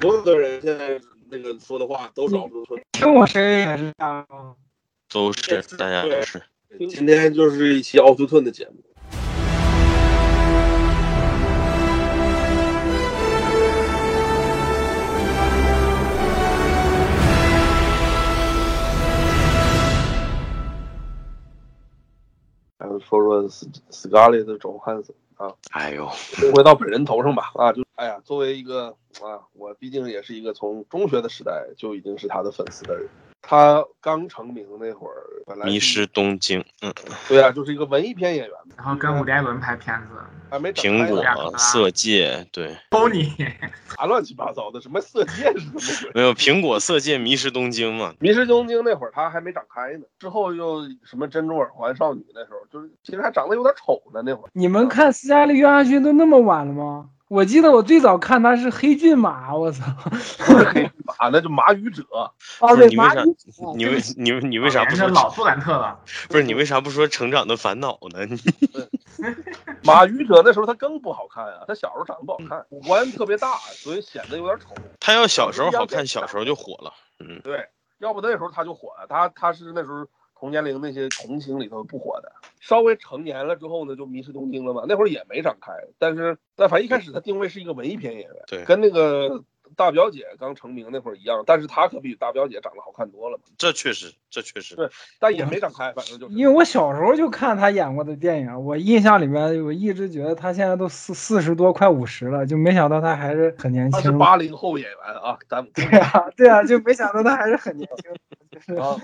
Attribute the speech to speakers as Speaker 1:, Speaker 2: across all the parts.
Speaker 1: 所有的人现在那个说的话都是奥杜村。
Speaker 2: 听我声音也是这样
Speaker 3: 哦
Speaker 2: 吗？
Speaker 4: 都是大家都是。
Speaker 1: 今天就是一期奥杜村的节目。咱们说说斯斯卡利的周汉森啊，
Speaker 4: 哎呦，
Speaker 1: 回到本人头上吧啊，就哎呀，作为一个啊，我毕竟也是一个从中学的时代就已经是他的粉丝的人。他刚成名那会儿，本来是
Speaker 4: 迷失东京，嗯，
Speaker 1: 对啊，就是一个文艺片演员嘛，
Speaker 2: 然后跟伍迪·艾伦拍片子，
Speaker 1: 还没等
Speaker 4: 苹
Speaker 1: 拍呢
Speaker 4: 果、色戒，对，
Speaker 2: 偷你，
Speaker 1: 啥乱七八糟的，什么色戒是什么鬼？
Speaker 4: 没有苹果、色戒、迷失东京嘛，
Speaker 1: 迷失东京那会儿他还没长开呢，之后又什么珍珠耳环少女那时候，就是其实还长得有点丑呢那会儿。
Speaker 3: 你们看斯嘉丽·约翰逊都那么晚了吗？我记得我最早看他是《黑骏马》，我操！
Speaker 1: 马啊那就马语者，
Speaker 3: 哦，
Speaker 4: 不
Speaker 3: 对，
Speaker 4: 是你为
Speaker 3: 马
Speaker 4: 啥
Speaker 3: 里
Speaker 4: 你为你为你为啥不
Speaker 2: 是
Speaker 4: 说
Speaker 2: 老杜兰特了？
Speaker 4: 不是你为啥不说《成长的烦恼》呢？你
Speaker 1: 马语者那时候他更不好看啊，他小时候长得不好看，五官特别大，所以显得有点丑。
Speaker 4: 他要小时候好看，小时候就火了。嗯，
Speaker 1: 要不那时候他就火了，他他是那时候同年龄那些童星里头不火的，稍微成年了之后呢，就迷失东京了嘛。那会儿也没长开，但是但反正一开始他定位是一个文艺片演员，
Speaker 4: 对
Speaker 1: 跟那个大表姐刚成名那会儿一样，但是他可比大表姐长得好看多了嘛，
Speaker 4: 这确实，这确实
Speaker 1: 对但也没长开，反正就是
Speaker 3: 因为我小时候就看他演过的电影，我印象里面我一直觉得他现在都四四十多，快五十了，就没想到他还是很年
Speaker 1: 他哦是
Speaker 3: 轻。
Speaker 1: 八零后演员啊，咱们
Speaker 3: 对啊， 对啊，就没想到他还是很年轻。
Speaker 1: 啊，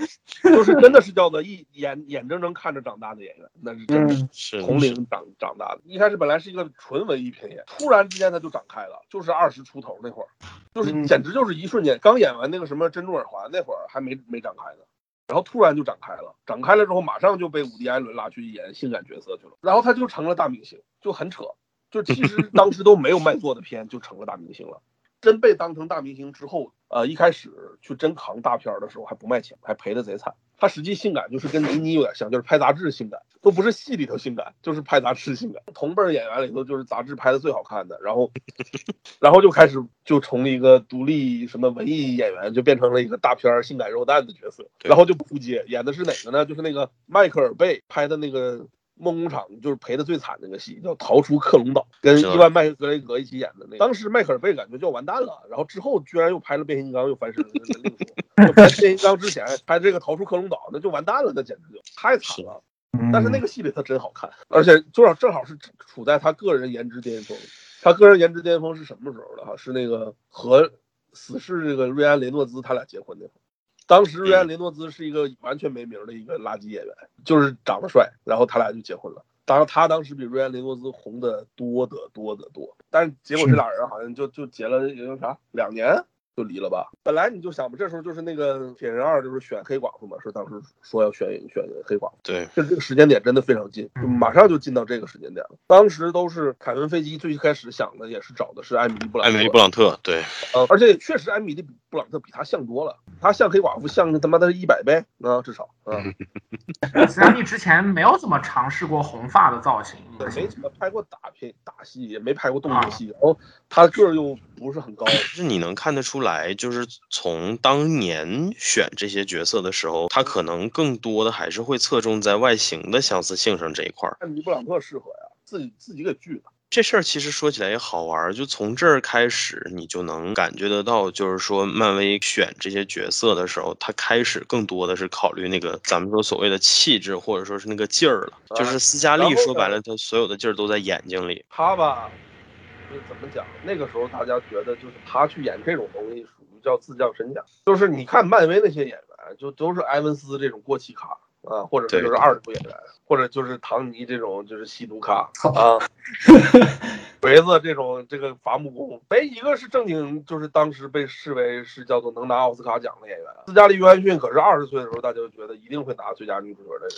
Speaker 1: 就是真的是叫做一眼眼睁睁看着长大的演员，那是真的。
Speaker 3: 嗯，
Speaker 4: 是
Speaker 1: 同龄长长大的，一开始本来是一个纯文艺片演，突然之间他就长开了，就是二十出头那会儿，就是
Speaker 3: 嗯
Speaker 1: 简直就是一瞬间，刚演完那个什么珍珠耳环那会儿还没没长开呢，然后突然就长开了，长开了之后马上就被伍迪·艾伦拉去演性感角色去了，然后他就成了大明星，就很扯，就其实当时都没有卖座的片就成了大明星了。真被当成大明星之后，呃，一开始去真扛大片儿的时候还不卖钱，还赔的贼惨。他实际性感就是跟迪尼有点像，就是拍杂志性感，都不是戏里头性感，就是拍杂志性感。同辈儿演员里头就是杂志拍的最好看的，然后，然后就开始就从一个独立什么文艺演员，就变成了一个大片儿性感肉蛋的角色，
Speaker 4: 对
Speaker 1: 然后就扑街，演的是哪个呢？就是那个迈克尔贝拍的那个。梦工厂就是赔的最惨的那个戏，叫《逃出克隆岛》，跟
Speaker 4: 知道
Speaker 1: 伊万麦格雷格一起演的那个。当时迈克尔贝感觉就要完蛋了，然后之后居然又拍了变形金刚，又翻身了，那另说。就拍变形金刚之前拍这个《逃出克隆岛》，那就完蛋了，那简直就太惨了。
Speaker 3: 嗯
Speaker 1: 但是那个戏里他真好看，而且多少正好是处在他个人颜值巅峰。他个人颜值巅峰是什么时候的哈？是那个和死侍这个瑞安·雷诺兹他俩结婚那会儿。当时瑞安·雷诺兹是一个完全没名儿的一个垃圾演员，就是长得帅，然后他俩就结婚了。当然，他当时比瑞安·雷诺兹红的多得多得多，但是结果这俩人好像就就结了有啥两年就离了吧。本来你就想吧，这时候就是那个《铁人二》就是选黑寡妇嘛，是当时说要选选黑寡妇。
Speaker 4: 对，
Speaker 1: 这这个时间点真的非常近，就马上就进到这个时间点了。当时都是凯文·费基最开始想的也是找的是艾米丽·布朗
Speaker 4: 艾
Speaker 1: 特，
Speaker 4: 米丽·布朗特，对，
Speaker 1: 呃而且确实艾米丽·布朗特比他像多了，他像黑寡妇像他妈的一百倍啊，至少啊，
Speaker 4: 嗯
Speaker 2: 斯嘉丽之前没有怎么尝试过红发的造型，
Speaker 1: 也没怎么拍过打片打戏，也没拍过动作戏，然后他个儿又不是很高，
Speaker 4: 就是你能看得出来，就是从当年选这些角色的时候，他可能更多的还是会侧重在外形的相似性上这一块儿。
Speaker 1: 艾米丽·布朗特适合呀，自己自己给拒了，
Speaker 4: 这事儿其实说起来也好玩儿，就从这儿开始，你就能感觉得到，就是说漫威选这些角色的时候，他开始更多的是考虑那个咱们说所谓的气质，或者说是那个劲儿了。
Speaker 1: 啊
Speaker 4: 就是斯嘉
Speaker 1: 然后
Speaker 4: 丽
Speaker 1: 呢
Speaker 4: 说白了，她所有的劲儿都在眼睛里。
Speaker 1: 他吧。就是怎么讲？那个时候大家觉得，就是他去演这种东西属于叫自降身价。就是你看漫威那些演员，就都是埃文斯这种过气咖啊，或者是
Speaker 4: 对
Speaker 1: 就是二流演员，或者就是唐尼这种就是吸毒咖啊，锤子这种这个伐木工，没一个是正经，就是当时被视为是叫做能拿奥斯卡奖的演员。斯嘉丽·约翰逊可是二十岁的时候，大家就觉得一定会拿最佳女主角的人。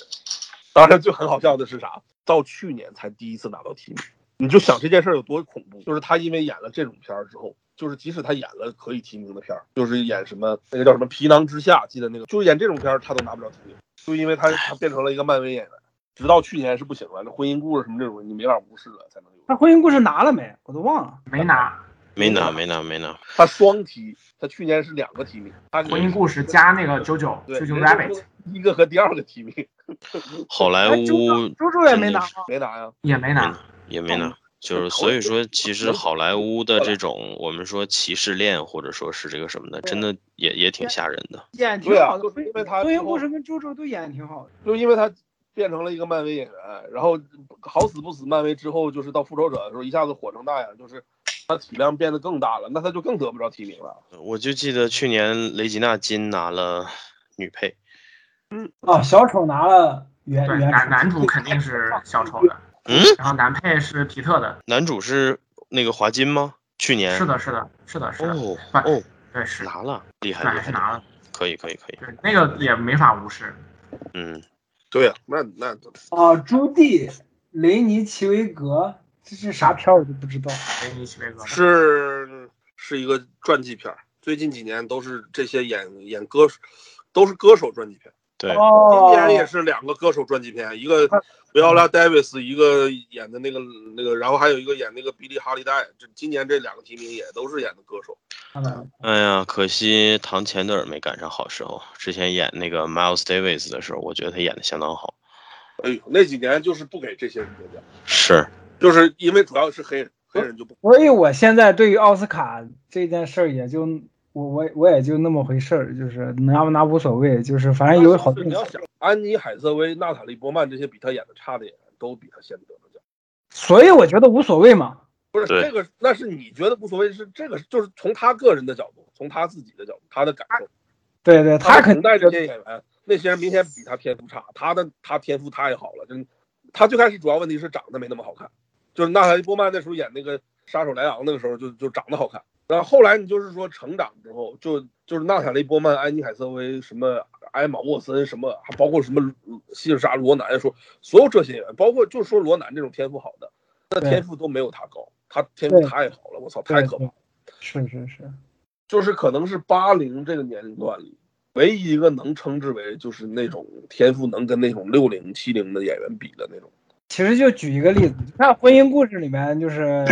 Speaker 1: 当然，最很好笑的是啥？到去年才第一次拿到提名。你就想这件事儿有多恐怖，就是他因为演了这种片儿之后，就是即使他演了可以提名的片儿，就是演什么那个叫什么《皮囊之下》，记得那个，就是演这种片儿他都拿不了提名，就因为他他变成了一个漫威演员，直到去年是不行了，那婚姻故事什么这种你没法无视了才能有。
Speaker 3: 他婚姻故事拿了没？我都忘了。
Speaker 2: 没拿。
Speaker 4: 没拿，没拿，没拿。
Speaker 1: 他双提，他去年是两个提名，他
Speaker 2: 婚姻故事加那个九九
Speaker 1: 对
Speaker 2: 九九
Speaker 1: 人家
Speaker 2: rabbit
Speaker 1: 一个和第二个提名
Speaker 4: 好莱
Speaker 3: 哎猪
Speaker 4: 坞
Speaker 3: 猪猪猪也没拿吗？
Speaker 1: 没拿呀，
Speaker 2: 也没拿，
Speaker 4: 也没
Speaker 1: 啊
Speaker 4: 拿，就是所以说，其
Speaker 1: 嗯
Speaker 4: 实好莱坞的这种我们说歧视链或者说是这个什么的，真的也也挺吓人的。
Speaker 3: 演挺
Speaker 1: 对啊
Speaker 3: 好的，
Speaker 1: 就是因为他
Speaker 3: 婚
Speaker 1: 之
Speaker 3: 姻故
Speaker 1: 后
Speaker 3: 事跟猪猪都演挺好的。
Speaker 1: 就因为他变成了一个漫威演员，然后好死不死，漫威之后就是到复仇者的时候一下子火成那样，就是他体量变得更大了，那他就更得不着提名了。
Speaker 4: 我就记得去年雷吉娜金拿了女配，
Speaker 5: 啊，小丑拿了原
Speaker 2: 对，
Speaker 5: 原
Speaker 2: 男男主肯定是小丑的，
Speaker 4: 嗯，
Speaker 2: 然后男配是皮特的，
Speaker 4: 男主是那个华金吗？去年
Speaker 2: 是，的，是的，是的，是的，
Speaker 4: 哦
Speaker 2: 反
Speaker 4: 哦，
Speaker 2: 对，是的，
Speaker 4: 拿了，厉
Speaker 2: 对，
Speaker 4: 害厉
Speaker 2: 还是
Speaker 4: 害，
Speaker 2: 拿了，
Speaker 4: 可以可以可以，
Speaker 2: 对，那个也没法无视，
Speaker 4: 嗯，
Speaker 1: 对呀、那那
Speaker 5: 啊，朱棣、雷尼奇维格，这是啥片儿我都不知道。
Speaker 2: 给你一起那个，
Speaker 1: 是是一个传记片儿，最近几年都是这些演演歌手，都是歌手传记片。
Speaker 4: 对，
Speaker 5: 哦，
Speaker 1: 今年也是两个歌手传记片，一个维奥拉·戴维斯，一个演的那个那个，然后还有一个演那个比利·哈利戴。这今年这两个提名也都是演的歌手。
Speaker 5: 看到了
Speaker 4: 哎呀，可惜唐钱德尔没赶上好时候。之前演那个 Miles Davis 的时候，我觉得他演的相当好。
Speaker 1: 哎呦，那几年就是不给这些人得奖，
Speaker 4: 是，
Speaker 1: 就是因为主要是
Speaker 3: 嗯
Speaker 1: 黑人，黑人就不
Speaker 3: 所以我现在对于奥斯卡这件事儿，也就我我我也就那么回事儿，就是拿不拿无所谓，就是反哎正有好多
Speaker 1: 你要想，安妮·海瑟薇、娜塔莉·波曼这些比她演的差的演员，都比她先得了奖。
Speaker 3: 所以我觉得无所谓嘛。
Speaker 1: 不是
Speaker 4: 对
Speaker 1: 这个，那是你觉得无所谓，是这个就是从她个人的角度，从她自己的角度，她的感受。
Speaker 3: 对对，他肯
Speaker 1: 能带这
Speaker 3: 定
Speaker 1: 些演员，那些人明显比他天赋差，他的他天赋太好了，真。他最开始主要问题是长得没那么好看，就是娜塔莉波曼那时候演那个杀手莱昂那个时候就就长得好看，然后后来你就是说成长之后，就就是娜塔莉波曼、安妮海瑟薇、什么艾玛沃森、什么还包括什么希尔莎罗南，说所有这些演员，包括就是说罗南这种天赋好的，那
Speaker 3: 对
Speaker 1: 天赋都没有他高，他天赋
Speaker 3: 对
Speaker 1: 太好了，我操，
Speaker 3: 对
Speaker 1: 太可怕了。
Speaker 3: 是是是，
Speaker 1: 就是可能是八零这个年龄段里唯一一个能称之为就是那种天赋能跟那种六零七零的演员比的那种。
Speaker 3: 其实就举一个例子，你看《婚姻故事》里 面就是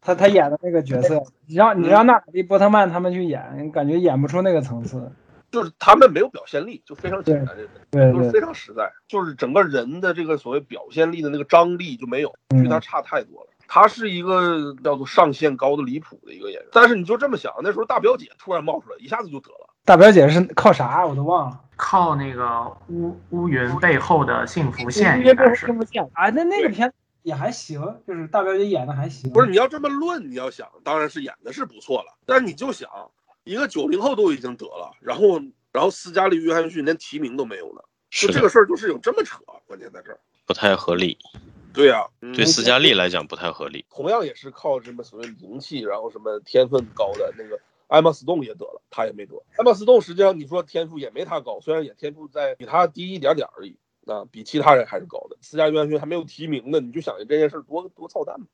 Speaker 3: 他他演的那个角色，你让你
Speaker 1: 嗯
Speaker 3: 让娜塔莉波特曼他们去演，感觉演不出那个层次。
Speaker 1: 就是他们没有表现力，就非常简单，这个
Speaker 3: 对
Speaker 1: 就是非
Speaker 3: 对，
Speaker 1: 常实在，就是整个人的这个所谓表现力的那个张力就没有，比他
Speaker 3: 嗯，
Speaker 1: 差太多了。他是一个叫做上限高的离谱的一个演员，但是你就这么想，那时候大表姐突然冒出来，一下子就得了。
Speaker 3: 大表姐是靠啥我都忘了。
Speaker 2: 靠那个乌乌云背后的幸福线，应
Speaker 3: 因
Speaker 2: 该
Speaker 3: 为
Speaker 2: 是
Speaker 3: 听不见啊，那那个片
Speaker 5: 也还行，就是大表姐演的还行。
Speaker 4: 嗯
Speaker 1: 不是，你要这么论，你要想，当然是演的是不错了，但是你就想，一个九零后都已经得了，然后然后斯嘉丽·约翰逊连提名都没有呢，
Speaker 4: 是
Speaker 1: 就这
Speaker 4: 的
Speaker 1: 个，事儿就是有这么扯，关键在这儿。
Speaker 4: 不太合理。
Speaker 1: 对呀、嗯
Speaker 2: 嗯
Speaker 4: 对斯嘉丽来讲不太合理。
Speaker 1: 同样也是靠什么所谓名气，然后什么天分高的那个艾玛·斯栋也得了，他也没得。艾玛·斯栋实际上你说天赋也没他高，虽然也天赋在比他低一点点而已。啊，比其他人还是高的。斯嘉丽·约翰逊还没有提名呢，你就想这件事儿多多操蛋吧。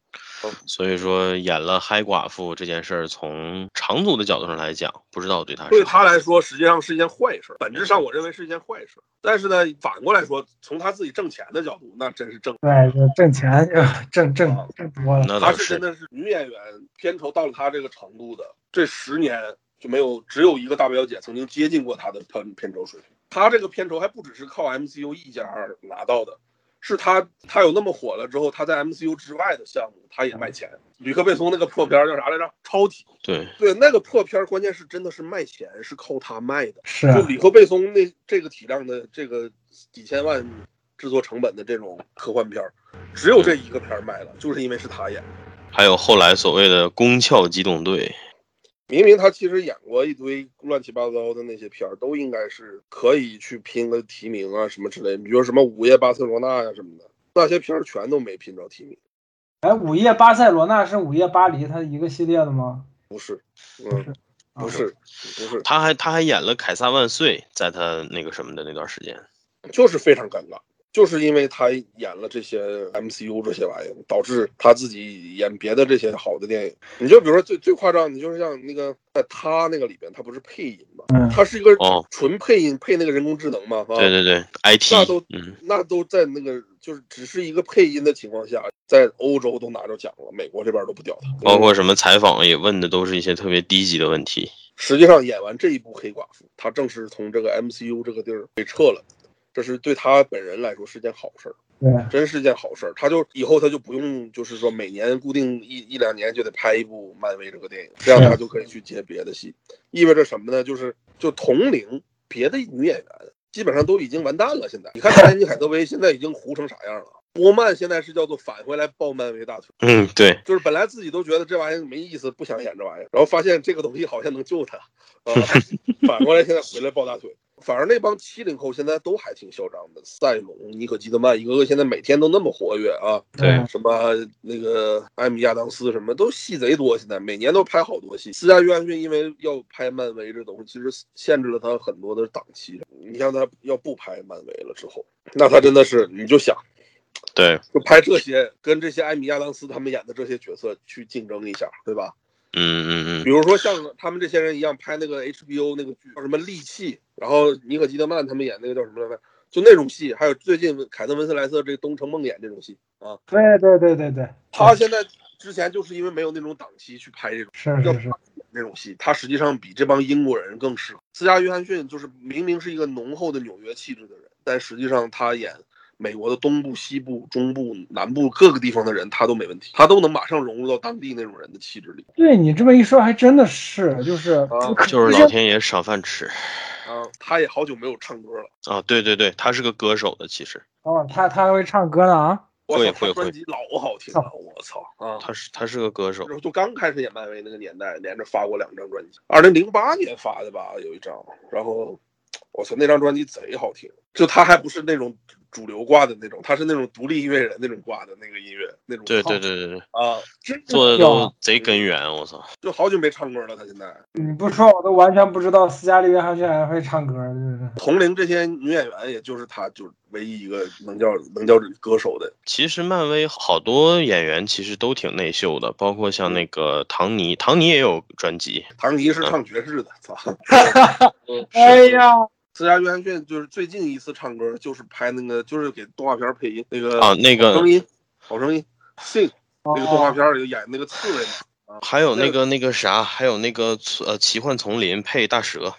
Speaker 4: 所以说，演了嗨寡妇这件事儿，从长足的角度上来讲，不知道对他
Speaker 1: 对
Speaker 4: 是
Speaker 1: 他来说，实际上是一件坏事，本质上我认为是一件坏事。但是呢，反过来说，从他自己挣钱的角度，那真是挣。
Speaker 3: 对，就挣钱呃挣挣
Speaker 1: 哦
Speaker 3: 挣多了。
Speaker 4: 那
Speaker 1: 他
Speaker 4: 倒
Speaker 1: 是真
Speaker 4: 是
Speaker 1: 的是女演员片酬到了他这个程度的，这十年就没有只有一个大表姐曾经接近过他的片片酬水平。他这个片酬还不只是靠 MCU 一家拿到的，是他他有那么火了之后，他在 MCU 之外的项目他也卖钱。吕克贝松那个破片儿叫啥来着？超体。
Speaker 4: 对，
Speaker 1: 对，那个破片儿关键是真的是卖钱，是靠他卖的。
Speaker 3: 是啊
Speaker 1: 就里克贝松那这个体量的这个几千万制作成本的这种科幻片儿，只有这一个片儿卖了，就是因为是他演的。
Speaker 4: 还有后来所谓的宫壳机动队，
Speaker 1: 明明他其实演过一堆乱七八糟的那些片儿，都应该是可以去拼个提名啊什么之类的。比如说什么《午夜巴塞罗那》呀什么的，那些片儿全都没拼着提名。
Speaker 5: 哎，午夜巴塞罗那是午夜巴黎，它一个系列的吗？
Speaker 1: 不是，嗯，不是，不是，
Speaker 4: 他还他还演了凯撒万岁，在他那个什么的那段时间，
Speaker 1: 就是非常尴尬。就是因为他演了这些 MCU 这些玩意儿，导致他自己演别的这些好的电影。你就比如说最最夸张，你就是像那个在他那个里边，他不是配音嘛，
Speaker 3: 嗯
Speaker 1: 他是一个
Speaker 4: 哦
Speaker 1: 纯配音配那个人工智能嘛，啊，
Speaker 4: 对对对，IT，
Speaker 1: 那都
Speaker 4: 嗯，
Speaker 1: 那都在那个就是只是一个配音的情况下，在欧洲都拿着奖了，美国这边都不屌他。
Speaker 4: 包括什么采访也问的都是一些特别低级的问题。
Speaker 1: 实际上演完这一部黑寡妇，他正式从这个 MCU 这个地儿被撤了，这是对他本人来说是件好事儿，
Speaker 3: 对，
Speaker 1: 真是件好事儿。他就以后他就不用就是说每年固定一一两年就得拍一部漫威这个电影，这样他就可以去接别的戏，意味着什么呢？就是就同龄别的女演员基本上都已经完蛋了。现在你看丹妮海瑟薇现在已经糊成啥样了？波曼现在是叫做返回来抱漫威大腿，
Speaker 4: 嗯，对，
Speaker 1: 就是本来自己都觉得这玩意儿没意思，不想演这玩意儿，然后发现这个东西好像能救他，啊， 反过来现在回来抱大腿。反而那帮七零后现在都还挺嚣张的，赛隆、尼可基德曼一个个现在每天都那么活跃啊，
Speaker 4: 对，
Speaker 1: 什么那个艾米亚当斯什么都戏贼多，现在每年都拍好多戏。斯嘉约翰逊因为要拍漫威这东西，其实限制了他很多的档期。你像他要不拍漫威了之后，那他真的是你就想
Speaker 4: 对，
Speaker 1: 就拍这些，跟这些艾米亚当斯他们演的这些角色去竞争一下，对吧？
Speaker 4: 嗯嗯
Speaker 1: 比如说像他们这些人一样拍那个 HBO 那个剧叫什么《利器》，然后尼可基德曼他们演那个叫什么来着？就那种戏，还有最近凯特温斯莱特这《东城梦魇》这种戏啊，
Speaker 3: 对对对对对，
Speaker 1: 他现在之前就是因为没有那种档期去拍这种
Speaker 3: 是是是，
Speaker 1: 那种戏，他实际上比这帮英国人更适合。斯嘉约翰逊就是明明是一个浓厚的纽约气质的人，但实际上他演美国的东部、西部、中部、南部各个地方的人，他都没问题，他都能马上融入到当地那种人的气质里
Speaker 3: 对你这么一说，还真的是，就是
Speaker 1: 啊
Speaker 4: 嗯，就是老天爷赏饭吃
Speaker 1: 啊！他也好久没有唱歌了，
Speaker 4: 啊！对对对，他是个歌手的，其实
Speaker 3: 哦，他他会唱歌呢啊，
Speaker 1: 我
Speaker 4: 会
Speaker 1: 操，他
Speaker 4: 会会
Speaker 1: 专辑老好听了，我操啊！
Speaker 4: 他是他是个歌手
Speaker 1: 然，后就刚开始演漫威那个年代，连着发过两张专辑，二零零八年发的吧，有一张，然后我操，那张专辑贼好听，就他还不是那种主流挂的那种，他是那种独立音乐人那种挂的那个音乐那种，
Speaker 4: 对对对对对，
Speaker 1: 啊，
Speaker 3: 真
Speaker 4: 做的
Speaker 3: 屌啊
Speaker 4: 都贼根源，我操！
Speaker 1: 就好久没唱歌了，他现在
Speaker 3: 你不说我都完全不知道斯嘉丽约翰逊还会唱歌，就是
Speaker 1: 同龄这些女演员，也就是他就唯一一个能叫能叫歌手的，
Speaker 4: 其实漫威好多演员其实都挺内秀的，包括像那个唐尼，唐尼也有专辑，
Speaker 1: 唐尼
Speaker 4: 嗯
Speaker 1: 是唱爵士的，操，
Speaker 3: 哎呀，
Speaker 1: 斯嘉约翰逊就是最近一次唱歌就是拍那个就是给动画片配音那个
Speaker 4: 啊，那
Speaker 1: 好
Speaker 4: 个
Speaker 1: 声音，好声音，sing 那个动画
Speaker 3: 哦
Speaker 1: 片里演那个刺猬嘛，
Speaker 4: 还有那个那个啥，还有那个呃奇幻丛林配大蛇，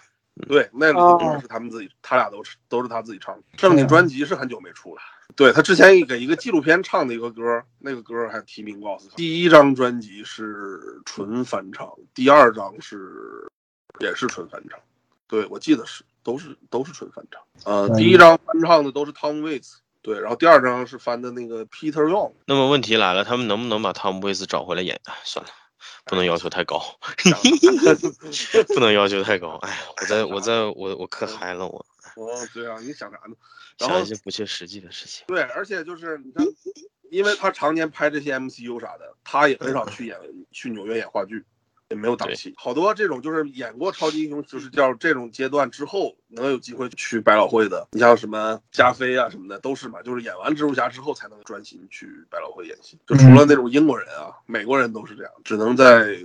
Speaker 1: 对，那
Speaker 3: 哦
Speaker 1: 两首歌是他们自己，他俩都是都是他自己唱的。正经专辑是很久没出了。对他之前给一个纪录片唱的一个歌，那个歌还提名过奥斯卡。第一张专辑是纯翻唱，第二张是也是纯翻唱。对，我记得是都是都是纯翻唱。呃，
Speaker 3: 嗯
Speaker 1: 第一张翻唱的都是 Tom Waits，对，然后第二张是翻的那个 Peter Young。
Speaker 4: 那么问题来了，他们能不能把汤姆·威斯找回来演？哎算了，不能要求太高，不能要求太高。哎，我在我在我我可嗨了，我
Speaker 1: 哦，对啊，你想啥呢？然后
Speaker 4: 想一些不切实际的事情。
Speaker 1: 对，而且就是你看，因为他常年拍这些 MCU 啥的，他也很少去演去纽约演话剧，也没有档期。好多这种就是演过超级英雄，就是叫这种阶段之后能有机会去百老汇的，你像什么加菲啊什么的都是嘛，就是演完蜘蛛侠之后才能专心去百老汇演戏。就除了那种英国人啊，美国人都是这样，只能在。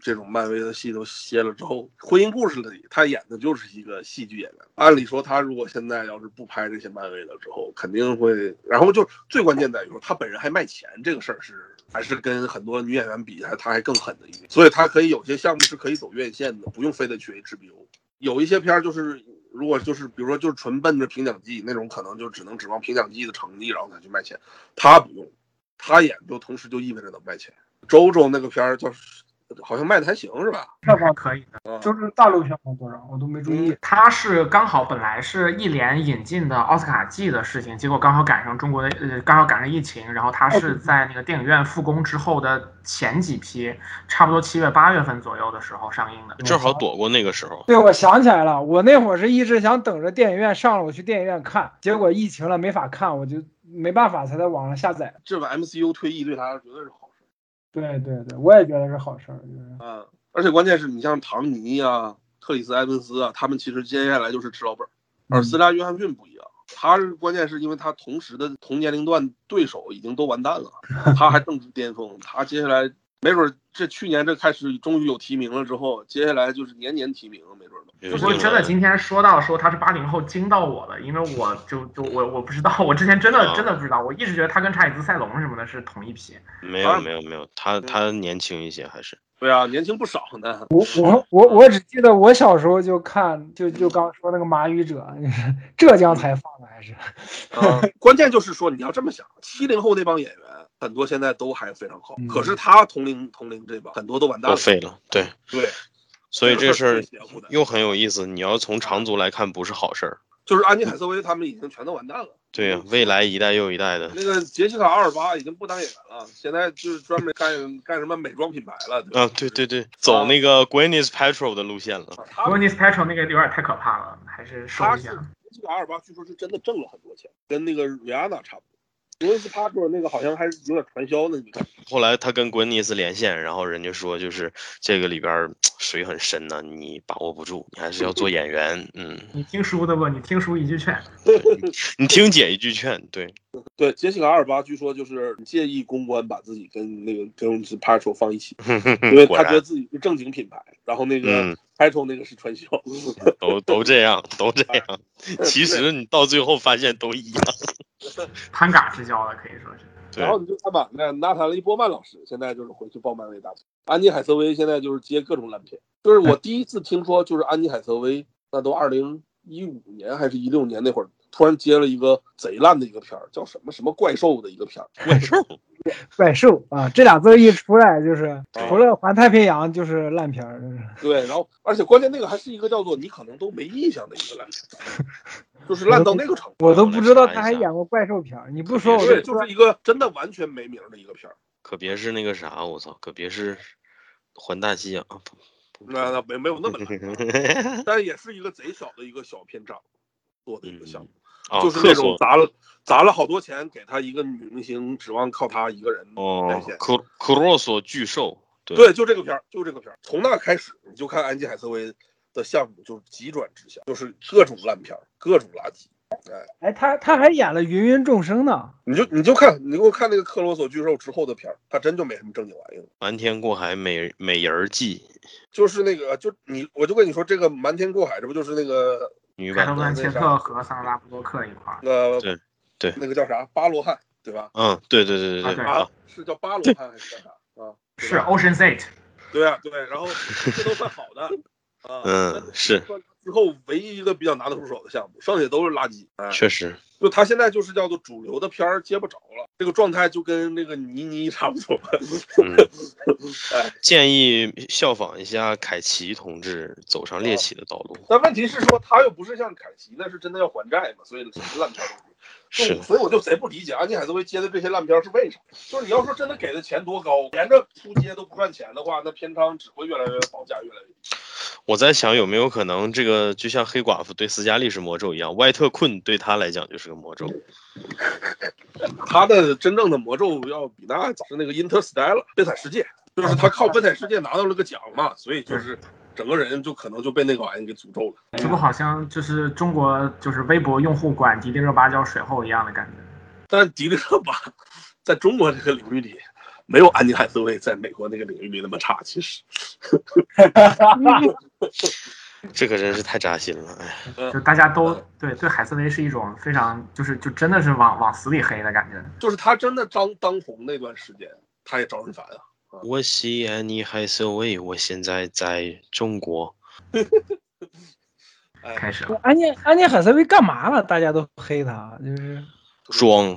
Speaker 1: 这种漫威的戏都歇了之后，《婚姻故事》里他演的就是一个戏剧演员。按理说，他如果现在要是不拍这些漫威了之后，肯定会。然后就最关键在于说，他本人还卖钱，这个事儿是还是跟很多女演员比，还他还更狠的一点。所以他可以有些项目是可以走院线的，不用非得去 HBO。有一些片儿就是。如果就是比如说就是纯奔着评奖季那种，可能就只能指望评奖季的成绩，然后才去卖钱。他不用，他演就同时就意味着能卖钱。周周那个片儿叫是，好像卖的还行是吧？啊
Speaker 3: 票房
Speaker 2: 可以的。
Speaker 3: 就是大陆票房多少我都没注意。
Speaker 2: 他是刚好本来是一连引进的奥斯卡季的事情，结果刚好赶上中国的呃，刚好赶上疫情，然后他是在那个电影院复工之后的前几批，差不多七月八月份左右的时候上映的。
Speaker 4: 正好躲过那个时候，
Speaker 3: 对，我想起来了，我那会儿是一直想等着电影院上了，我去电影院看，结果疫情了没法看，我就没办法才在网上下载。
Speaker 1: 这个 MCU 退役对他绝对是好事
Speaker 3: 对对对，我也觉得是好事儿，就是
Speaker 1: 啊！而且关键是你像唐
Speaker 3: 嗯
Speaker 1: 尼啊、特里斯·埃文斯啊，他们其实接下来就是吃老本儿。而斯嘉·约翰逊不一样，他关键是因为他同时的同年龄段对手已经都完蛋了，他还正值巅峰，他接下来没准这去年这开始终于有提名了之后，接下来就是年年提名，没准都。
Speaker 2: 不过真的今天说到说他是八零后，惊到我了，因为我就就我我不知道，我之前真的真的不知道，我一直觉得他跟查理兹塞隆什么的是同一批。
Speaker 4: 没有没有没有，他他年轻一些还是。
Speaker 1: 对啊，年轻不少呢。
Speaker 3: 我我我我只记得我小时候就看，就就刚说那个《马语者》，浙江台放的还是。
Speaker 1: 啊，关键就是说你要这么想，七零后那帮演员很多现在都还非常好，嗯、可是他同龄同龄这帮很多都完蛋了，
Speaker 4: 都废了。对
Speaker 1: 对，
Speaker 4: 所以这事
Speaker 1: 儿
Speaker 4: 又很有意思。你要从长足来看，不是好事儿。
Speaker 1: 就是安妮海瑟薇他们已经全都完蛋了。
Speaker 4: 对呀、啊，未来一代又一代的
Speaker 1: 那个杰西卡·阿尔巴已经不当演员了，现在就是专门干干什么美妆品牌了。
Speaker 4: 啊，对对对，走那个 Gwyneth Paltrow 的路线了。
Speaker 2: Gwyneth Paltrow 那个有点太可怕了，还是收一下。
Speaker 1: 杰西卡·阿尔巴据说是真的挣了很多钱，跟那个 Rihanna 差不多。Gwyneth Paltrow 那个好像还是有点传销那个。
Speaker 4: 后来他跟 Gwyneth 连线，然后人家说就是这个里边水很深呢、啊，你把握不住，你还是要做演员。嗯，
Speaker 2: 你听叔的不？你听叔一句劝。
Speaker 4: 你听姐一句劝，对
Speaker 1: 对，杰西卡二八据说就是介意公关把自己跟那个跟 p a t r o 放一 起，因为他觉得自己是正经品牌，然后那
Speaker 2: 嗯
Speaker 1: 个 p a t r o 那个是传销，
Speaker 4: 嗯 都都这样，都这样。其实你到最后发现都一样，
Speaker 2: 攀嘎之交了，可以说是。
Speaker 1: 然后你就看吧，那娜塔莉波曼老师现在就是回去爆漫威大片，安妮海瑟薇现在就是接各种烂片，就是
Speaker 3: 哎
Speaker 1: 我第一次听说就是安妮海瑟薇，那都二零一五年还是一六年那会儿。突然接了一个贼烂的一个片儿，叫什么什么怪兽的一个片儿，
Speaker 4: 怪兽，
Speaker 3: 怪兽啊！这俩字一出来，就是除了《环太平洋》就是烂片儿，就是。
Speaker 1: 对，然后而且关键那个还是一个叫做你可能都没印象的一个烂片，就是烂到那个程
Speaker 3: 度，我都不知道他还演过怪兽片儿。你不说我
Speaker 1: 对，就是一个真的完全没名的一个片儿。
Speaker 4: 可别是那个啥，我操，可别是《环大西洋》啊
Speaker 1: 那那没没有那么 烂，但也是一个贼小的一个小片章做的一个项目。
Speaker 4: 哦、
Speaker 1: 就是那种砸了砸了好多钱给他一个女明星，指望靠她一个人
Speaker 4: 哦，
Speaker 1: 克
Speaker 4: 克洛索巨兽，
Speaker 1: 对,对，就这个片儿，就这个片儿。从那开始，你就看安吉海瑟薇的项目就急转直下，就是各种烂片，各种垃圾。
Speaker 3: 哎，哎，他他还演了《芸芸众生》呢。
Speaker 1: 你就你就看，你给我看那个克罗索巨兽之后的片儿，他真就没什么正经玩意了。
Speaker 4: 瞒天过海美美人计，
Speaker 1: 就是那个，就你我就跟你说，这个瞒天过海，这不就是那个。
Speaker 4: 女
Speaker 2: 版的切特和桑德拉布多克一块儿，
Speaker 1: 呃，
Speaker 4: 对对，
Speaker 1: 那个叫啥巴罗汉，对吧？
Speaker 4: 嗯，对对对
Speaker 2: 对
Speaker 4: 对，
Speaker 1: 啊，是叫巴罗汉还是叫啥？啊，
Speaker 2: 是 Ocean's Eight。
Speaker 1: 对啊，对，然后这都算好的，啊，
Speaker 4: 嗯，是
Speaker 1: 之后唯一一个比较拿得出手的项目，剩下都是垃圾。啊
Speaker 4: 确实，
Speaker 1: 就他现在就是叫做主流的片儿接不着了，这个状态就跟那个倪妮差不多。
Speaker 4: 嗯 建议效仿一下凯奇同志走上猎奇的道路、
Speaker 1: 啊，
Speaker 2: 哦
Speaker 1: 但问题是说他又不是像凯奇，那是真的要还债嘛，所以烂片儿。
Speaker 4: 是，
Speaker 1: 所以我就贼不理解安妮海瑟薇接的这些烂片是为啥？就是你要说真的给的钱多高，连着出街都不赚钱的话，那片商只会越来越报价越来越低。
Speaker 4: 我在想有没有可能，这个就像黑寡妇对斯嘉丽是魔咒一样，外特困对他来讲就是个魔咒。
Speaker 1: 他的真正的魔咒要比那早是那个《Interstellar》贝彩世界，就是他靠贝彩世界拿到了个奖嘛，所以就是。整个人就可能就被那个玩意给诅咒了。
Speaker 2: 这不好像就是中国就是微博用户管迪丽热巴叫水后一样的感觉。
Speaker 1: 但迪丽热巴在中国这个领域里，没有安妮海瑟薇在美国那个领域里那么差。其实，
Speaker 2: 嗯
Speaker 4: 这可真是太扎心了。
Speaker 1: 哎，
Speaker 2: 就大家都对对海瑟薇是一种非常就是就真的是往往死里黑的感觉。
Speaker 1: 就是她真的当当红那段时间，她也招人烦啊。
Speaker 4: 我西安妮海瑟薇，我现在在中国。
Speaker 2: 开始
Speaker 3: 了。安妮安妮海瑟薇干嘛了？大家都黑她，就是
Speaker 4: 装，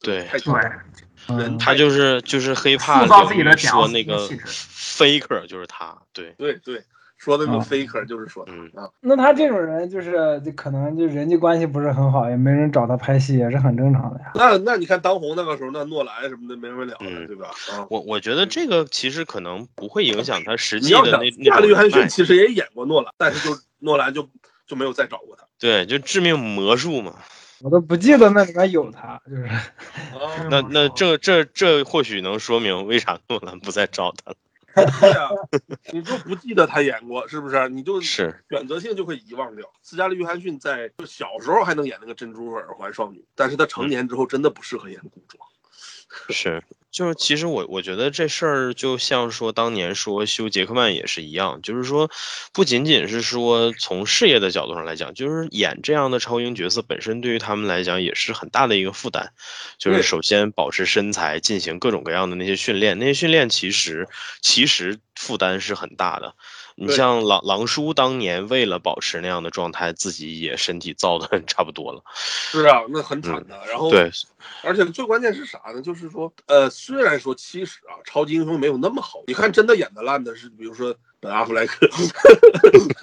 Speaker 4: 对
Speaker 2: 对，
Speaker 1: 人
Speaker 4: 她嗯就是就是黑怕
Speaker 2: 塑造自己的
Speaker 4: 说那个 faker 就是她，对
Speaker 1: 对对，说那个 faker 就是说
Speaker 4: 嗯
Speaker 1: 啊。
Speaker 3: 那他这种人就是就可能就人际关系不是很好，也没人找他拍戏，也是很正常的呀。
Speaker 1: 那那你看当红那个时候，那诺兰什么的没完没了
Speaker 4: 嗯，
Speaker 1: 对吧？啊
Speaker 4: 我我觉得这个其实可能不会影响他实
Speaker 1: 你
Speaker 4: 际
Speaker 1: 要
Speaker 4: 的
Speaker 1: 想
Speaker 4: 那，
Speaker 1: 亚
Speaker 4: 那
Speaker 1: 历
Speaker 4: 种哎
Speaker 1: 约逊
Speaker 4: 卖。
Speaker 1: 其实也演过诺兰，但是就诺兰就就没有再找过他。
Speaker 4: 对，就致命魔术嘛。
Speaker 3: 我都不记得那里面有他，就是
Speaker 1: 啊，
Speaker 4: 哦那那这这这或许能说明为啥诺兰不再找他了。
Speaker 1: 对呀、你就不记得他演过，是不是？你就是选择性就会遗忘掉。斯嘉丽·约翰逊在就小时候还能演那个珍珠耳环少女，但是她
Speaker 4: 嗯
Speaker 1: 成年之后真的不适合演古装。
Speaker 4: 是，就是其实我我觉得这事儿就像说当年说修杰克曼也是一样，就是说不仅仅是说从事业的角度上来讲，就是演这样的超英角色本身对于他们来讲也是很大的一个负担，就是首先保持身材，进行各种各样的那些训练，那些训练其实其实负担是很大的。你
Speaker 1: 对
Speaker 4: 像狼狼叔当年为了保持那样的状态，自己也身体造的差不多了，
Speaker 1: 是啊，那很惨的。然后
Speaker 4: 嗯对，
Speaker 1: 而且最关键是啥呢？就是说，呃，虽然说其实啊，超级英雄没有那么好。你看，真的演的烂的是，比如说本阿弗莱克，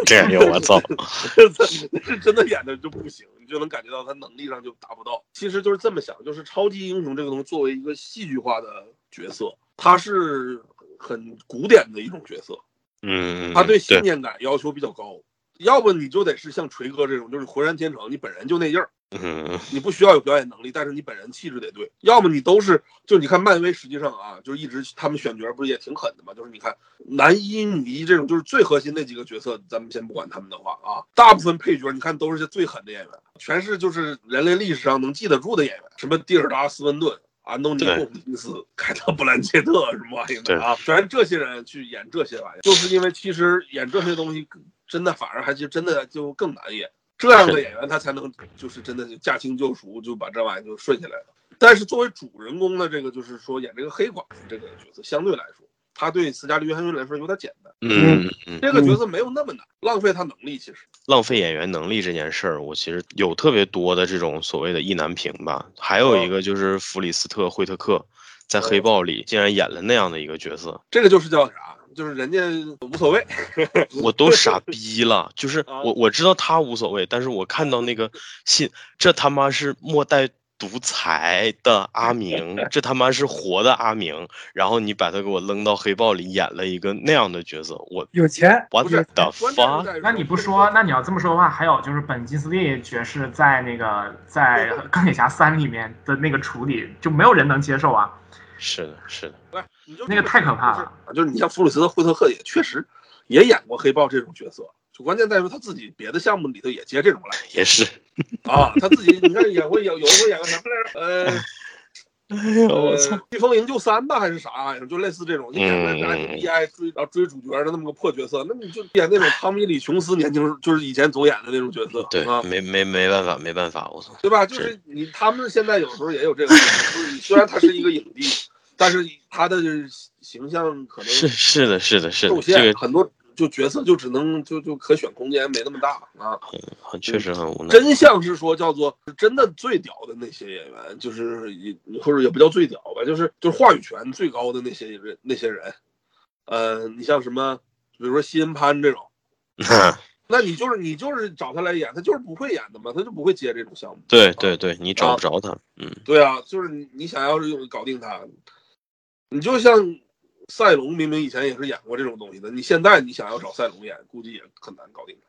Speaker 4: 这样有我操，
Speaker 1: 是 真的演的就不行，你就能感觉到他能力上就达不到。其实就是这么想，就是超级英雄这个东西作为一个戏剧化的角色，它是很古典的一种角色，
Speaker 4: 嗯，
Speaker 1: 他对信
Speaker 4: 对
Speaker 1: 念感要求比较高。要不你就得是像锤哥这种，就是浑然天成，你本人就那样儿。
Speaker 4: 嗯
Speaker 1: 你不需要有表演能力，但是你本人气质得对。要么你都是，就你看漫威，实际上啊，就是一直他们选角不是也挺狠的嘛？就是你看男一、女一这种，就是最核心那几个角色，咱们先不管他们的话啊，大部分配角你看都是些最狠的演员，全是就是人类历史上能记得住的演员，什么蒂尔达·斯温顿。安东尼·
Speaker 4: 对
Speaker 1: 霍普金斯、凯特·布兰切特什么玩意儿的啊，全这些人去演这些玩意儿，就是因为其实演这些东西真的反而还就真的就更难演。这样的演员他才能就是真的就驾轻就熟，就把这玩意就顺下来了。但是作为主人公的这个，就是说演这个黑寡妇这个角色，相对来说，他对斯嘉丽·约翰逊来说有点简单，
Speaker 4: 嗯嗯，
Speaker 1: 这个角色没有那么难，浪费他能力其实。
Speaker 4: 浪费演员能力这件事儿，我其实有特别多的这种所谓的意难平吧。还有
Speaker 1: 哦
Speaker 4: 一个就是弗里斯特·惠特克在《黑豹》里竟然演了那样的一个角色，
Speaker 1: 这个就是叫啥？就是人家无所谓，嗯
Speaker 4: 我都傻逼了。就是
Speaker 1: 啊
Speaker 4: 我我知道他无所谓，但是我看到那个信，这他妈是末代独裁的阿明，这他妈是活的阿明。然后你把他给我扔到《黑豹》里演了一个那样的角色，我
Speaker 3: 有钱，
Speaker 4: 我
Speaker 1: 不是
Speaker 4: 的
Speaker 1: 关键是
Speaker 4: fuck！
Speaker 1: 在于
Speaker 2: 那你不说，那你要这么说的话，还有就是本金斯利爵士在那个在钢铁侠三里面的那个处理，就没有人能接受啊，
Speaker 4: 是的，是的，
Speaker 1: 不是你就
Speaker 2: 那个太可怕了。
Speaker 1: 就是就是你像弗里斯特·惠特克也确实也演过黑豹这种角色，就关键在于他自己别的项目里头也接这种烂。
Speaker 4: 也是。
Speaker 1: 啊，他自己你看演会有有一回演个什么来着？呃，
Speaker 4: 我操！
Speaker 1: 呃！飓风营救三吧还是啥玩意儿？就类似这种，你演的
Speaker 4: 嗯
Speaker 1: FBI 追然后追主角的那么个破角色，那你就演那种汤米·李·琼斯年轻时候就是以前总演的那种角色，
Speaker 4: 对
Speaker 1: 啊，，
Speaker 4: 没没没办法，没办法，我操！
Speaker 1: 对吧？就是你他们现在有时候也有这个问题，就是你虽然他是一个影 帝，但是他的形象可能
Speaker 4: 是是的，是的，是的，
Speaker 1: 受
Speaker 4: 这
Speaker 1: 限，
Speaker 4: 个
Speaker 1: 很多就角色就只能就就可选空间没那么大啊。
Speaker 4: 很确实很无奈。
Speaker 1: 真相是说，叫做真的最屌的那些演员，就是也或者也不叫最屌吧，就是就是话语权最高的那些人，那些人，呃，你像什么，比如说西恩潘这种，那你就是你就是找他来演，他就是不会演的嘛，他就不会接这种项目。
Speaker 4: 对对对，你
Speaker 1: 啊
Speaker 4: 找不着他，嗯，
Speaker 1: 对啊，就是你你想要是用搞定他，你就像赛龙，明明以前也是演过这种东西的，你现在你想要找赛龙演，估计也很难搞定他。